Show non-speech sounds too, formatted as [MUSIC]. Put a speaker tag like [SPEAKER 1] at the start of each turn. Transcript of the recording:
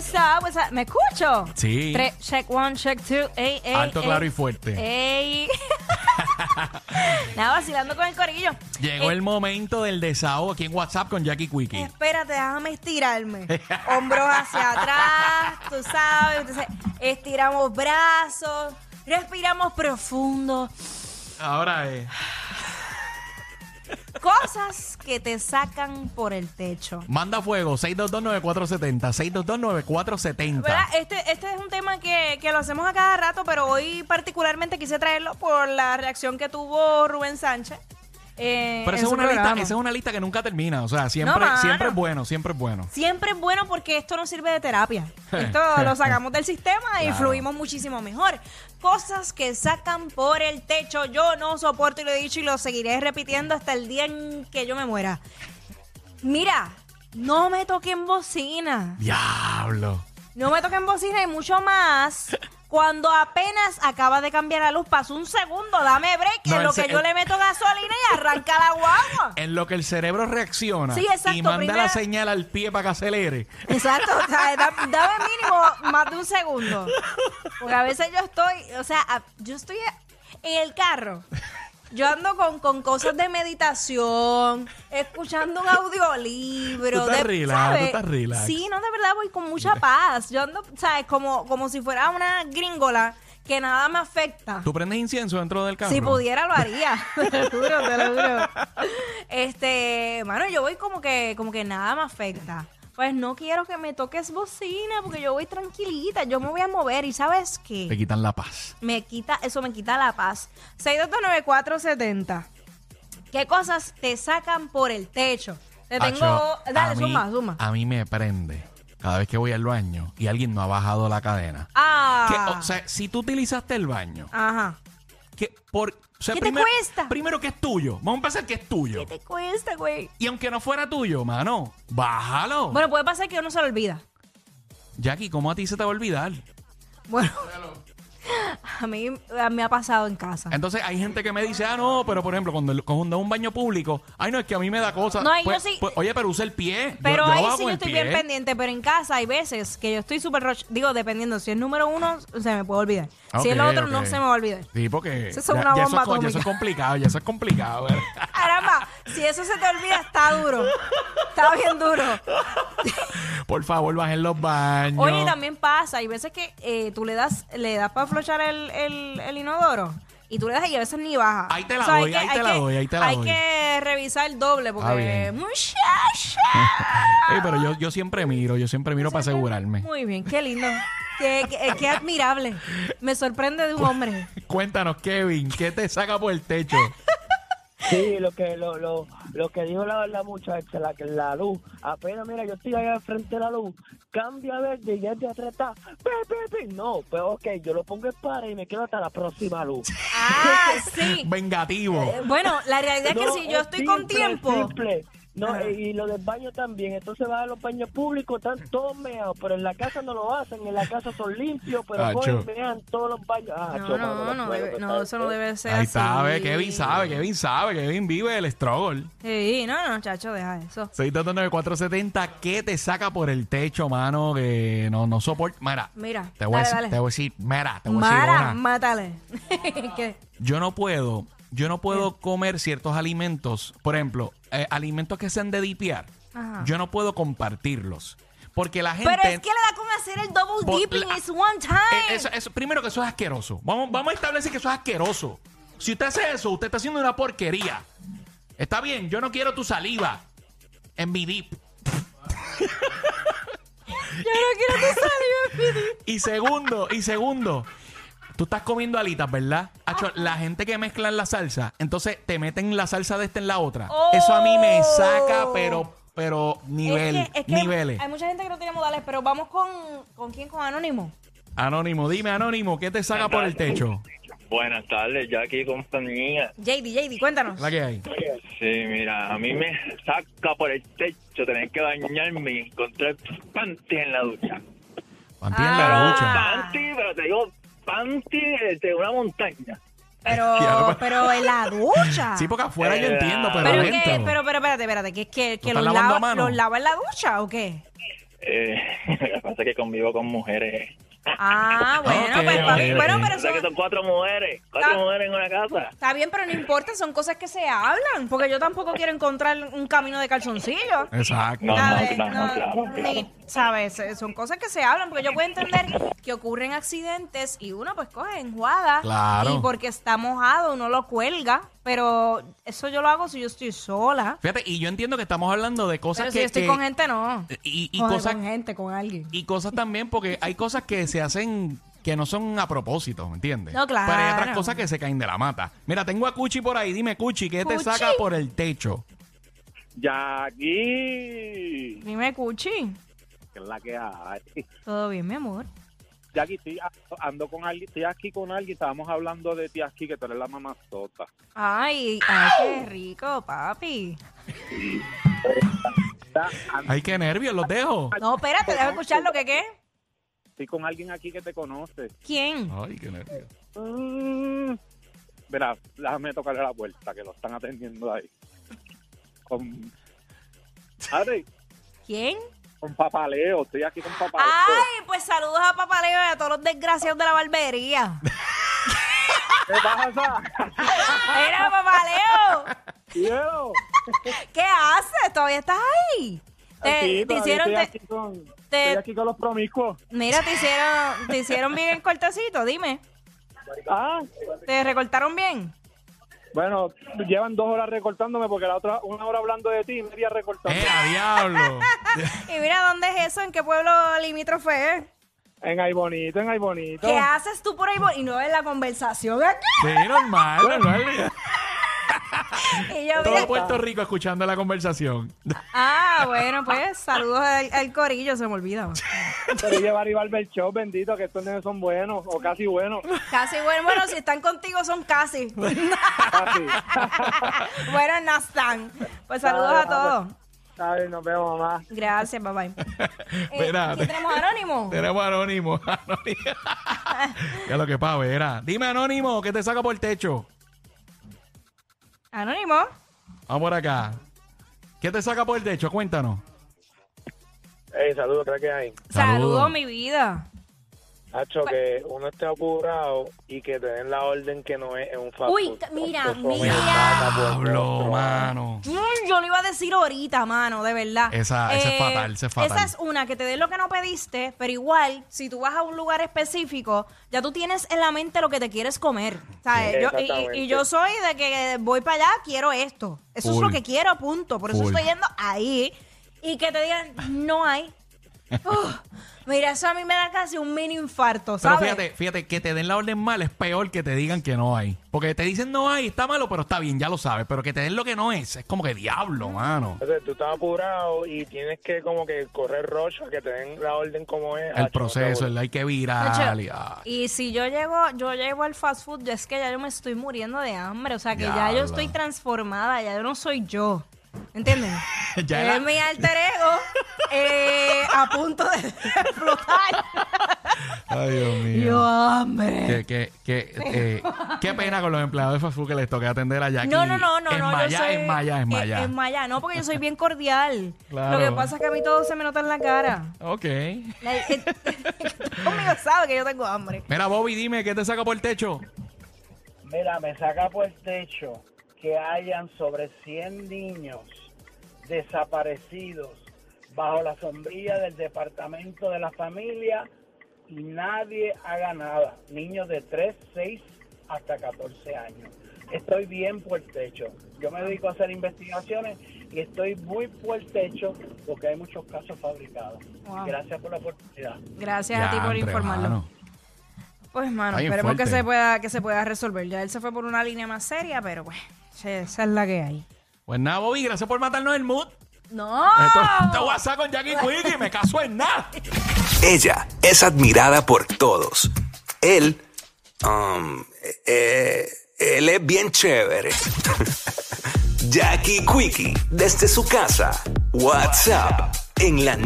[SPEAKER 1] up? What's up? pues, ah, ¿Me escucho?
[SPEAKER 2] Sí.
[SPEAKER 1] Tres, check one, check two. Ey, ey,
[SPEAKER 2] Alto,
[SPEAKER 1] ey.
[SPEAKER 2] claro y fuerte. [LAUGHS]
[SPEAKER 1] Ey. Nada, vacilando con el corillo.
[SPEAKER 2] Llegó
[SPEAKER 1] Eh,
[SPEAKER 2] el momento del desahogo aquí en WhatsApp con Jackie Quickie.
[SPEAKER 1] Espérate, déjame
[SPEAKER 2] [LAUGHS]
[SPEAKER 1] estirarme. Hombros hacia atrás, tú sabes. Entonces, estiramos brazos, respiramos profundo.
[SPEAKER 2] Ahora es.
[SPEAKER 1] Cosas que te sacan por el techo.
[SPEAKER 2] Manda fuego, 6229470. 6229470.
[SPEAKER 1] ¿Verdad? Este, este es un tema que, que lo hacemos a cada rato, pero hoy particularmente quise traerlo por la reacción que tuvo Rubén Sánchez. eh,
[SPEAKER 2] Pero
[SPEAKER 1] en
[SPEAKER 2] esa es,
[SPEAKER 1] su
[SPEAKER 2] una lista,
[SPEAKER 1] programa.
[SPEAKER 2] esa es una lista que nunca termina. O sea, siempre,
[SPEAKER 1] mano.
[SPEAKER 2] siempre es bueno, siempre es bueno.
[SPEAKER 1] Siempre es bueno porque esto nos sirve de
[SPEAKER 2] [LAUGHS]
[SPEAKER 1] terapia. Esto lo sacamos del sistema y
[SPEAKER 2] Claro.
[SPEAKER 1] fluimos muchísimo mejor. Cosas que sacan por el techo. Yo no soporto y lo he dicho y lo seguiré repitiendo hasta el día en que yo me muera. Mira, no me toquen bocina.
[SPEAKER 2] Diablo.
[SPEAKER 1] No me toquen bocina y mucho más. Cuando apenas acaba de cambiar la luz, pasó un segundo, dame break,
[SPEAKER 2] No,
[SPEAKER 1] en lo
[SPEAKER 2] ese-
[SPEAKER 1] que yo le meto gasolina y arranca la guagua.
[SPEAKER 2] En lo que el cerebro reacciona
[SPEAKER 1] Sí, exacto,
[SPEAKER 2] y manda
[SPEAKER 1] primera-
[SPEAKER 2] la señal al pie para que acelere.
[SPEAKER 1] Exacto, o sea, da- dame mínimo más de un segundo. Porque a veces yo estoy, o sea, a- yo estoy en el carro. Yo ando con, con cosas de meditación, escuchando un audiolibro.
[SPEAKER 2] Tú estás
[SPEAKER 1] de-
[SPEAKER 2] relax,
[SPEAKER 1] ¿sabes?
[SPEAKER 2] tú estás relax.
[SPEAKER 1] Sí, no, de verdad voy con mucha paz. Yo ando, ¿sabes? Como, como si fuera una gringola que nada me afecta.
[SPEAKER 2] ¿Tú prendes incienso dentro del carro?
[SPEAKER 1] Si pudiera lo
[SPEAKER 2] [LAUGHS]
[SPEAKER 1] haría, [LAUGHS] te lo juro, te lo juro. Este, mano, yo voy como que, como que nada me afecta. Pues no quiero que me toques bocina porque yo voy tranquilita, yo me voy a mover y ¿sabes
[SPEAKER 2] Te
[SPEAKER 1] qué?
[SPEAKER 2] quitan la paz.
[SPEAKER 1] Me quita, eso me quita la paz. 6229470. ¿Qué cosas te sacan por el techo? Te tengo,
[SPEAKER 2] Acho, a
[SPEAKER 1] dale,
[SPEAKER 2] mí-
[SPEAKER 1] suma, suma.
[SPEAKER 2] A mí me prende cada vez que voy al baño y alguien no ha bajado la cadena.
[SPEAKER 1] Ah.
[SPEAKER 2] Que, o sea, si tú utilizaste el baño,
[SPEAKER 1] Ajá.
[SPEAKER 2] que por, o sea,
[SPEAKER 1] ¿Qué te
[SPEAKER 2] primer-
[SPEAKER 1] cuesta?
[SPEAKER 2] Primero que es tuyo. Vamos a empezar que es tuyo.
[SPEAKER 1] ¿Qué te cuesta, güey?
[SPEAKER 2] Y aunque no fuera tuyo, mano, bájalo.
[SPEAKER 1] Bueno, puede pasar que uno se lo olvida.
[SPEAKER 2] Jackie, ¿cómo a ti se te va a olvidar?
[SPEAKER 1] Bueno. [LAUGHS] A mí a mí me ha pasado en casa.
[SPEAKER 2] Entonces hay gente que me dice, ah, no, pero por ejemplo, cuando, cuando es un baño público, ay, no, es que a mí me da cosa.
[SPEAKER 1] No, ahí
[SPEAKER 2] Pues-
[SPEAKER 1] yo sí-
[SPEAKER 2] pues, oye, pero usa el pie.
[SPEAKER 1] Pero
[SPEAKER 2] yo, yo lo
[SPEAKER 1] ahí
[SPEAKER 2] hago
[SPEAKER 1] sí
[SPEAKER 2] con
[SPEAKER 1] yo
[SPEAKER 2] el
[SPEAKER 1] estoy
[SPEAKER 2] pie.
[SPEAKER 1] bien pendiente, pero en casa hay veces que yo estoy súper roch- digo, dependiendo, si es número uno, se me puede olvidar. si es lo
[SPEAKER 2] Ok,
[SPEAKER 1] otro, no
[SPEAKER 2] ok.
[SPEAKER 1] se me va a olvidar.
[SPEAKER 2] Sí, porque
[SPEAKER 1] Eso es una
[SPEAKER 2] ya
[SPEAKER 1] bomba
[SPEAKER 2] eso, es co- ya eso
[SPEAKER 1] atómica.
[SPEAKER 2] es complicado, ya eso es complicado.
[SPEAKER 1] Caramba, si eso se te olvida, está duro. Está bien
[SPEAKER 2] [LAUGHS]
[SPEAKER 1] duro.
[SPEAKER 2] Por favor, bajen los baños.
[SPEAKER 1] Oye, también pasa, hay veces que eh, tú le das, le das para flochar el, el- el inodoro. Y tú le das y a veces ni baja.
[SPEAKER 2] Ahí te la
[SPEAKER 1] hay
[SPEAKER 2] doy,
[SPEAKER 1] que-
[SPEAKER 2] ahí te
[SPEAKER 1] hay
[SPEAKER 2] la
[SPEAKER 1] que-
[SPEAKER 2] doy, ahí te la
[SPEAKER 1] Hay
[SPEAKER 2] doy.
[SPEAKER 1] que revisar el doble
[SPEAKER 2] Ah,
[SPEAKER 1] porque...
[SPEAKER 2] bien. [LAUGHS]
[SPEAKER 1] ¡Muchacha!
[SPEAKER 2] Ey, pero yo, yo siempre miro, yo siempre miro para asegurarme.
[SPEAKER 1] Muy bien, qué lindo. Qué, qué- qué admirable. Me sorprende de un hombre.
[SPEAKER 2] Cuéntanos, Kevin, ¿qué te saca por el
[SPEAKER 1] [LAUGHS]
[SPEAKER 2] techo?
[SPEAKER 3] Sí, lo que lo, lo, lo que dijo la, la muchacha, la, que- la luz. Apenas, mira, yo estoy allá al frente de la luz. Cambia verde y ya te atreta. No, pues ok, yo lo pongo en para y me quedo hasta la próxima luz. [LAUGHS]
[SPEAKER 1] Ah, sí.
[SPEAKER 2] Vengativo.
[SPEAKER 1] Bueno, la realidad es que
[SPEAKER 3] No,
[SPEAKER 1] si yo
[SPEAKER 3] es
[SPEAKER 1] estoy con
[SPEAKER 3] simple,
[SPEAKER 1] tiempo.
[SPEAKER 3] es simple. No,
[SPEAKER 1] Ajá.
[SPEAKER 3] eh, y lo del baño también. Entonces van a los baños públicos, están todos meados, pero en la casa no lo hacen. En la casa son limpios, pero
[SPEAKER 2] Acho.
[SPEAKER 3] cogen y mean todos los baños. Ah,
[SPEAKER 1] No,
[SPEAKER 3] acho, mano,
[SPEAKER 1] no,
[SPEAKER 3] los
[SPEAKER 1] no,
[SPEAKER 3] baños
[SPEAKER 1] debe-
[SPEAKER 3] que
[SPEAKER 1] no,
[SPEAKER 3] están-
[SPEAKER 1] eso no debe ser
[SPEAKER 2] Ahí
[SPEAKER 1] así.
[SPEAKER 2] sabe, Kevin sabe, Kevin sabe, Kevin vive el struggle.
[SPEAKER 1] Sí, no, no, chacho, deja eso.
[SPEAKER 2] 6229470, ¿qué te saca por el techo, mano? Que no, no soporta. Mira,
[SPEAKER 1] Mira,
[SPEAKER 2] te voy,
[SPEAKER 1] dale,
[SPEAKER 2] a decir,
[SPEAKER 1] dale.
[SPEAKER 2] te voy a decir, mira, te voy a decir
[SPEAKER 1] Mara,
[SPEAKER 2] una.
[SPEAKER 1] mátale. [LAUGHS] ¿Qué?
[SPEAKER 2] Yo no puedo, yo no
[SPEAKER 1] Mm.
[SPEAKER 2] puedo comer ciertos alimentos, por ejemplo, eh, alimentos que sean de dipiar.
[SPEAKER 1] Ajá.
[SPEAKER 2] Yo no puedo compartirlos. Porque la gente.
[SPEAKER 1] Pero es que le da con hacer el double
[SPEAKER 2] Por
[SPEAKER 1] dipping,
[SPEAKER 2] la-
[SPEAKER 1] it's one time.
[SPEAKER 2] Eh, eso- eso- primero que eso es asqueroso. Vamos, vamos a establecer que eso es asqueroso. Si usted hace eso, usted está haciendo una porquería. Está bien, yo no quiero tu saliva en mi dip.
[SPEAKER 1] Yo no
[SPEAKER 2] [LAUGHS]
[SPEAKER 1] quiero que salga.
[SPEAKER 2] Y segundo, y segundo, tú estás comiendo alitas, ¿verdad? Acho, la gente que mezcla la salsa, entonces te meten la salsa de esta en la otra.
[SPEAKER 1] Oh.
[SPEAKER 2] Eso a mí me saca, pero, pero nivel,
[SPEAKER 1] es que, es que
[SPEAKER 2] niveles.
[SPEAKER 1] Hay mucha gente que no tiene modales, pero vamos con. ¿Con quién? Con Anónimo.
[SPEAKER 2] Anónimo, dime, Anónimo, ¿qué te saca por el techo?
[SPEAKER 4] Buenas tardes, Jackie y compañía.
[SPEAKER 1] JD, JD, cuéntanos.
[SPEAKER 2] La que hay.
[SPEAKER 4] Sí, mira, a mí me saca por el techo tener que bañarme y encontrar panty en la ducha.
[SPEAKER 2] Mantiene
[SPEAKER 1] Ah.
[SPEAKER 2] la ducha.
[SPEAKER 4] Panty, pero te digo, panty eh, de una montaña.
[SPEAKER 2] [LAUGHS]
[SPEAKER 1] Pero, pero en la ducha.
[SPEAKER 2] Sí, porque afuera yo entiendo, pero,
[SPEAKER 1] pero, que-
[SPEAKER 2] adentro.
[SPEAKER 1] pero, pero espérate, espérate, que, que, que
[SPEAKER 2] estás
[SPEAKER 1] los,
[SPEAKER 2] lavando
[SPEAKER 1] lava,
[SPEAKER 2] a mano?
[SPEAKER 1] los lava en la ducha o qué?
[SPEAKER 4] Eh, [LAUGHS] lo que pasa es que convivo con mujeres.
[SPEAKER 1] Ah, bueno,
[SPEAKER 2] Ok,
[SPEAKER 1] pues
[SPEAKER 2] ok,
[SPEAKER 1] papi,
[SPEAKER 2] ok.
[SPEAKER 1] bueno,
[SPEAKER 4] O
[SPEAKER 1] pero
[SPEAKER 4] sea que
[SPEAKER 1] eso-
[SPEAKER 4] son cuatro mujeres, cuatro
[SPEAKER 1] Ah.
[SPEAKER 4] mujeres en una casa.
[SPEAKER 1] está bien, pero no importa, son cosas que se hablan, porque yo tampoco quiero encontrar un camino de calzoncillo.
[SPEAKER 2] Exacto.
[SPEAKER 4] No,
[SPEAKER 1] ¿Sabes?
[SPEAKER 4] no, no, claro,
[SPEAKER 1] ni-
[SPEAKER 4] claro.
[SPEAKER 1] ¿sabes? Eh, Son cosas que se hablan, porque yo puedo entender que ocurren accidentes y uno pues coge enjuada
[SPEAKER 2] Claro.
[SPEAKER 1] y porque está mojado uno lo cuelga, pero eso yo lo hago si yo estoy sola.
[SPEAKER 2] Fíjate, y yo entiendo que estamos hablando de cosas
[SPEAKER 1] Pero
[SPEAKER 2] que.
[SPEAKER 1] si estoy
[SPEAKER 2] que-
[SPEAKER 1] con gente, no.
[SPEAKER 2] y, y
[SPEAKER 1] Coge
[SPEAKER 2] cosas,
[SPEAKER 1] con gente, con alguien.
[SPEAKER 2] y cosas también, porque hay cosas que se hacen que no son a propósito, ¿me entiendes?
[SPEAKER 1] No, claro.
[SPEAKER 2] Pero hay otras cosas que se caen de la mata. Mira, tengo a Cuchi por ahí. Dime, Cuchi, ¿qué te
[SPEAKER 1] Cuchi.
[SPEAKER 2] saca por el techo?
[SPEAKER 5] Jackie,
[SPEAKER 1] Dime, Cuchi.
[SPEAKER 5] que es la que hay. [LAUGHS]
[SPEAKER 1] Todo bien, mi amor.
[SPEAKER 5] Jackie, estoy a- ando con alguien, estoy aquí con alguien, estábamos hablando de ti aquí, que tú eres la mamá sota.
[SPEAKER 1] Ay, ay, qué rico, papi.
[SPEAKER 2] Ay, qué nervios, los dejo.
[SPEAKER 1] No, espérate, déjame escuchar lo que qué.
[SPEAKER 5] Estoy con alguien aquí que te conoce.
[SPEAKER 1] ¿Quién?
[SPEAKER 2] Ay, qué nervios.
[SPEAKER 5] Mm. Verá, déjame tocarle la puerta, que lo están atendiendo ahí. Con... Ari,
[SPEAKER 1] ¿Quién?
[SPEAKER 5] con papaleo, estoy aquí con papaleo.
[SPEAKER 1] Ay, pues saludos a Papaleo y a todos los desgraciados de la [LAUGHS] barbería.
[SPEAKER 5] ¿Qué pasa?
[SPEAKER 1] Era Papaleo.
[SPEAKER 5] Quiero.
[SPEAKER 1] ¿Qué haces? ¿Todavía estás ahí? Te,
[SPEAKER 5] Sí,
[SPEAKER 1] te
[SPEAKER 5] todavía
[SPEAKER 1] hicieron,
[SPEAKER 5] estoy,
[SPEAKER 1] te-
[SPEAKER 5] aquí con,
[SPEAKER 1] te-
[SPEAKER 5] estoy aquí con los promiscuos.
[SPEAKER 1] mira, te hicieron, te hicieron bien el cortecito, dime.
[SPEAKER 5] Ah,
[SPEAKER 1] ¿Te recortaron [LAUGHS] bien?
[SPEAKER 5] bueno, llevan dos horas recortándome porque la otra, una hora hablando de ti y media recortando.
[SPEAKER 2] ¡Eh, a diablo!
[SPEAKER 1] Y mira, ¿dónde es eso? ¿En qué pueblo limítrofe es?
[SPEAKER 5] En Ay Bonito, en Ay Bonito.
[SPEAKER 1] ¿Qué haces tú por ahí? Y no ves la conversación aquí.
[SPEAKER 2] Sí, normal, normal.
[SPEAKER 1] Y yo, mira,
[SPEAKER 2] Todo Puerto Rico escuchando la conversación.
[SPEAKER 1] Ah, bueno, pues saludos al, al corillo, se me olvida.
[SPEAKER 5] Pero llevar y Barber Shop, bendito, que estos nenes son buenos o casi buenos.
[SPEAKER 1] Casi, bueno, bueno, si están contigo son [LAUGHS] casi.
[SPEAKER 6] [LAUGHS]
[SPEAKER 5] Casi.
[SPEAKER 1] bueno, no están. Pues saludos
[SPEAKER 5] Dale,
[SPEAKER 1] a todos.
[SPEAKER 5] Ay, nos vemos, mamá.
[SPEAKER 1] Gracias, bye bye.
[SPEAKER 2] [LAUGHS]
[SPEAKER 1] Eh,
[SPEAKER 2] Mira,
[SPEAKER 1] ¿quién tenemos anónimo?
[SPEAKER 2] Tenemos anónimo. [LAUGHS] Anónimo.
[SPEAKER 1] [LAUGHS]
[SPEAKER 2] ya lo que pa' verá. Dime, anónimo, ¿qué te saca por el techo?
[SPEAKER 1] Anónimo.
[SPEAKER 2] Vamos por acá. ¿Qué te saca por el techo? Cuéntanos.
[SPEAKER 6] Hey, saludos, creo que hay.
[SPEAKER 1] Saludos,
[SPEAKER 2] Saludos.
[SPEAKER 1] mi vida.
[SPEAKER 6] Hacho,
[SPEAKER 1] Pues-
[SPEAKER 6] que uno esté apurado y que te den la orden que no es en un fast
[SPEAKER 1] Uy,
[SPEAKER 6] food.
[SPEAKER 1] ca- mira,
[SPEAKER 6] Eso me
[SPEAKER 1] mira.
[SPEAKER 6] mata por
[SPEAKER 2] Pablo,
[SPEAKER 6] dentro.
[SPEAKER 2] mano.
[SPEAKER 1] Mm, Yo lo iba a decir ahorita, mano, de verdad. Eh,
[SPEAKER 2] Esa- esa es fatal, esa es fatal.
[SPEAKER 1] Esa es una que te den lo que no pediste, pero igual, si tú vas a un lugar específico, ya tú tienes en la mente lo que te quieres comer. ¿sabes? Yo- y- y, y yo soy de que voy para allá, quiero esto. Eso es
[SPEAKER 2] Full.
[SPEAKER 1] lo que quiero, punto. Por eso
[SPEAKER 2] Full.
[SPEAKER 1] estoy yendo ahí. Y que te digan, no
[SPEAKER 2] [LAUGHS]
[SPEAKER 1] hay. Uf, mira, eso a mí me da casi un mini infarto,
[SPEAKER 2] Pero
[SPEAKER 1] ¿sabes?
[SPEAKER 2] fíjate, fíjate, que te den la orden mal es peor que te digan que no hay. Porque te dicen no hay, está malo, pero está bien, ya lo sabes. Pero que te den lo que no es, es como que diablo, mano.
[SPEAKER 6] Entonces, tú estás apurado y tienes que como que correr rocha, que te den la orden como es.
[SPEAKER 2] El proceso, el hay que virar.
[SPEAKER 1] Nacho,
[SPEAKER 2] y- ah.
[SPEAKER 1] Y si yo llego, yo llego al fast food, ya es que ya yo me estoy muriendo de hambre. O sea que ya
[SPEAKER 2] Diablo.
[SPEAKER 1] yo estoy transformada, ya yo no soy yo. ¿Entienden?
[SPEAKER 2] [LAUGHS] Ya
[SPEAKER 1] es
[SPEAKER 2] era-
[SPEAKER 1] mi alter
[SPEAKER 2] [LAUGHS]
[SPEAKER 1] ego eh, a punto de [LAUGHS] explotar.
[SPEAKER 2] Ay, Dios mío.
[SPEAKER 1] yo hambre.
[SPEAKER 2] Que, que, que, eh, qué pena con los empleados de Fast Food que les toque atender allá.
[SPEAKER 1] No, no, no, no,
[SPEAKER 2] Es
[SPEAKER 1] no,
[SPEAKER 2] maya,
[SPEAKER 1] yo soy...
[SPEAKER 2] es maya, es
[SPEAKER 1] eh,
[SPEAKER 2] maya.
[SPEAKER 1] Es maya, no, porque yo soy bien cordial.
[SPEAKER 2] Claro.
[SPEAKER 1] Lo que pasa es que a mí todo se me nota en la cara.
[SPEAKER 2] Ok.
[SPEAKER 1] La- [LAUGHS] eh, Conmigo sabe que yo tengo hambre.
[SPEAKER 2] Mira, Bobby, dime, ¿qué te saca por el techo?
[SPEAKER 3] Mira, me saca por el techo que hayan sobre 100 niños desaparecidos bajo la sombrilla del Departamento de la Familia y nadie haga nada. Niños de 3, 6 hasta 14 años. Estoy bien por el techo. Yo me dedico a hacer investigaciones y estoy muy por el techo porque hay muchos casos fabricados.
[SPEAKER 1] Wow.
[SPEAKER 3] Gracias por la oportunidad.
[SPEAKER 1] Gracias a ti
[SPEAKER 2] Ya,
[SPEAKER 1] por
[SPEAKER 2] André,
[SPEAKER 1] informarlo.
[SPEAKER 2] mano.
[SPEAKER 1] Pues, mano,
[SPEAKER 2] Está bien
[SPEAKER 1] esperemos que
[SPEAKER 2] fuerte.
[SPEAKER 1] se, pueda, que se pueda resolver. Ya él se fue por una línea más seria, pero pues, che, esa es la que hay.
[SPEAKER 2] Pues nada, Bobby, gracias por matarnos el mood.
[SPEAKER 1] ¡No!
[SPEAKER 2] Esto, esto es WhatsApp con Jackie Quickie, me caso en nada.
[SPEAKER 7] Ella es admirada por todos. Él, um, eh, él es bien chévere. [LAUGHS] Jackie Quickie, desde su casa. WhatsApp, en la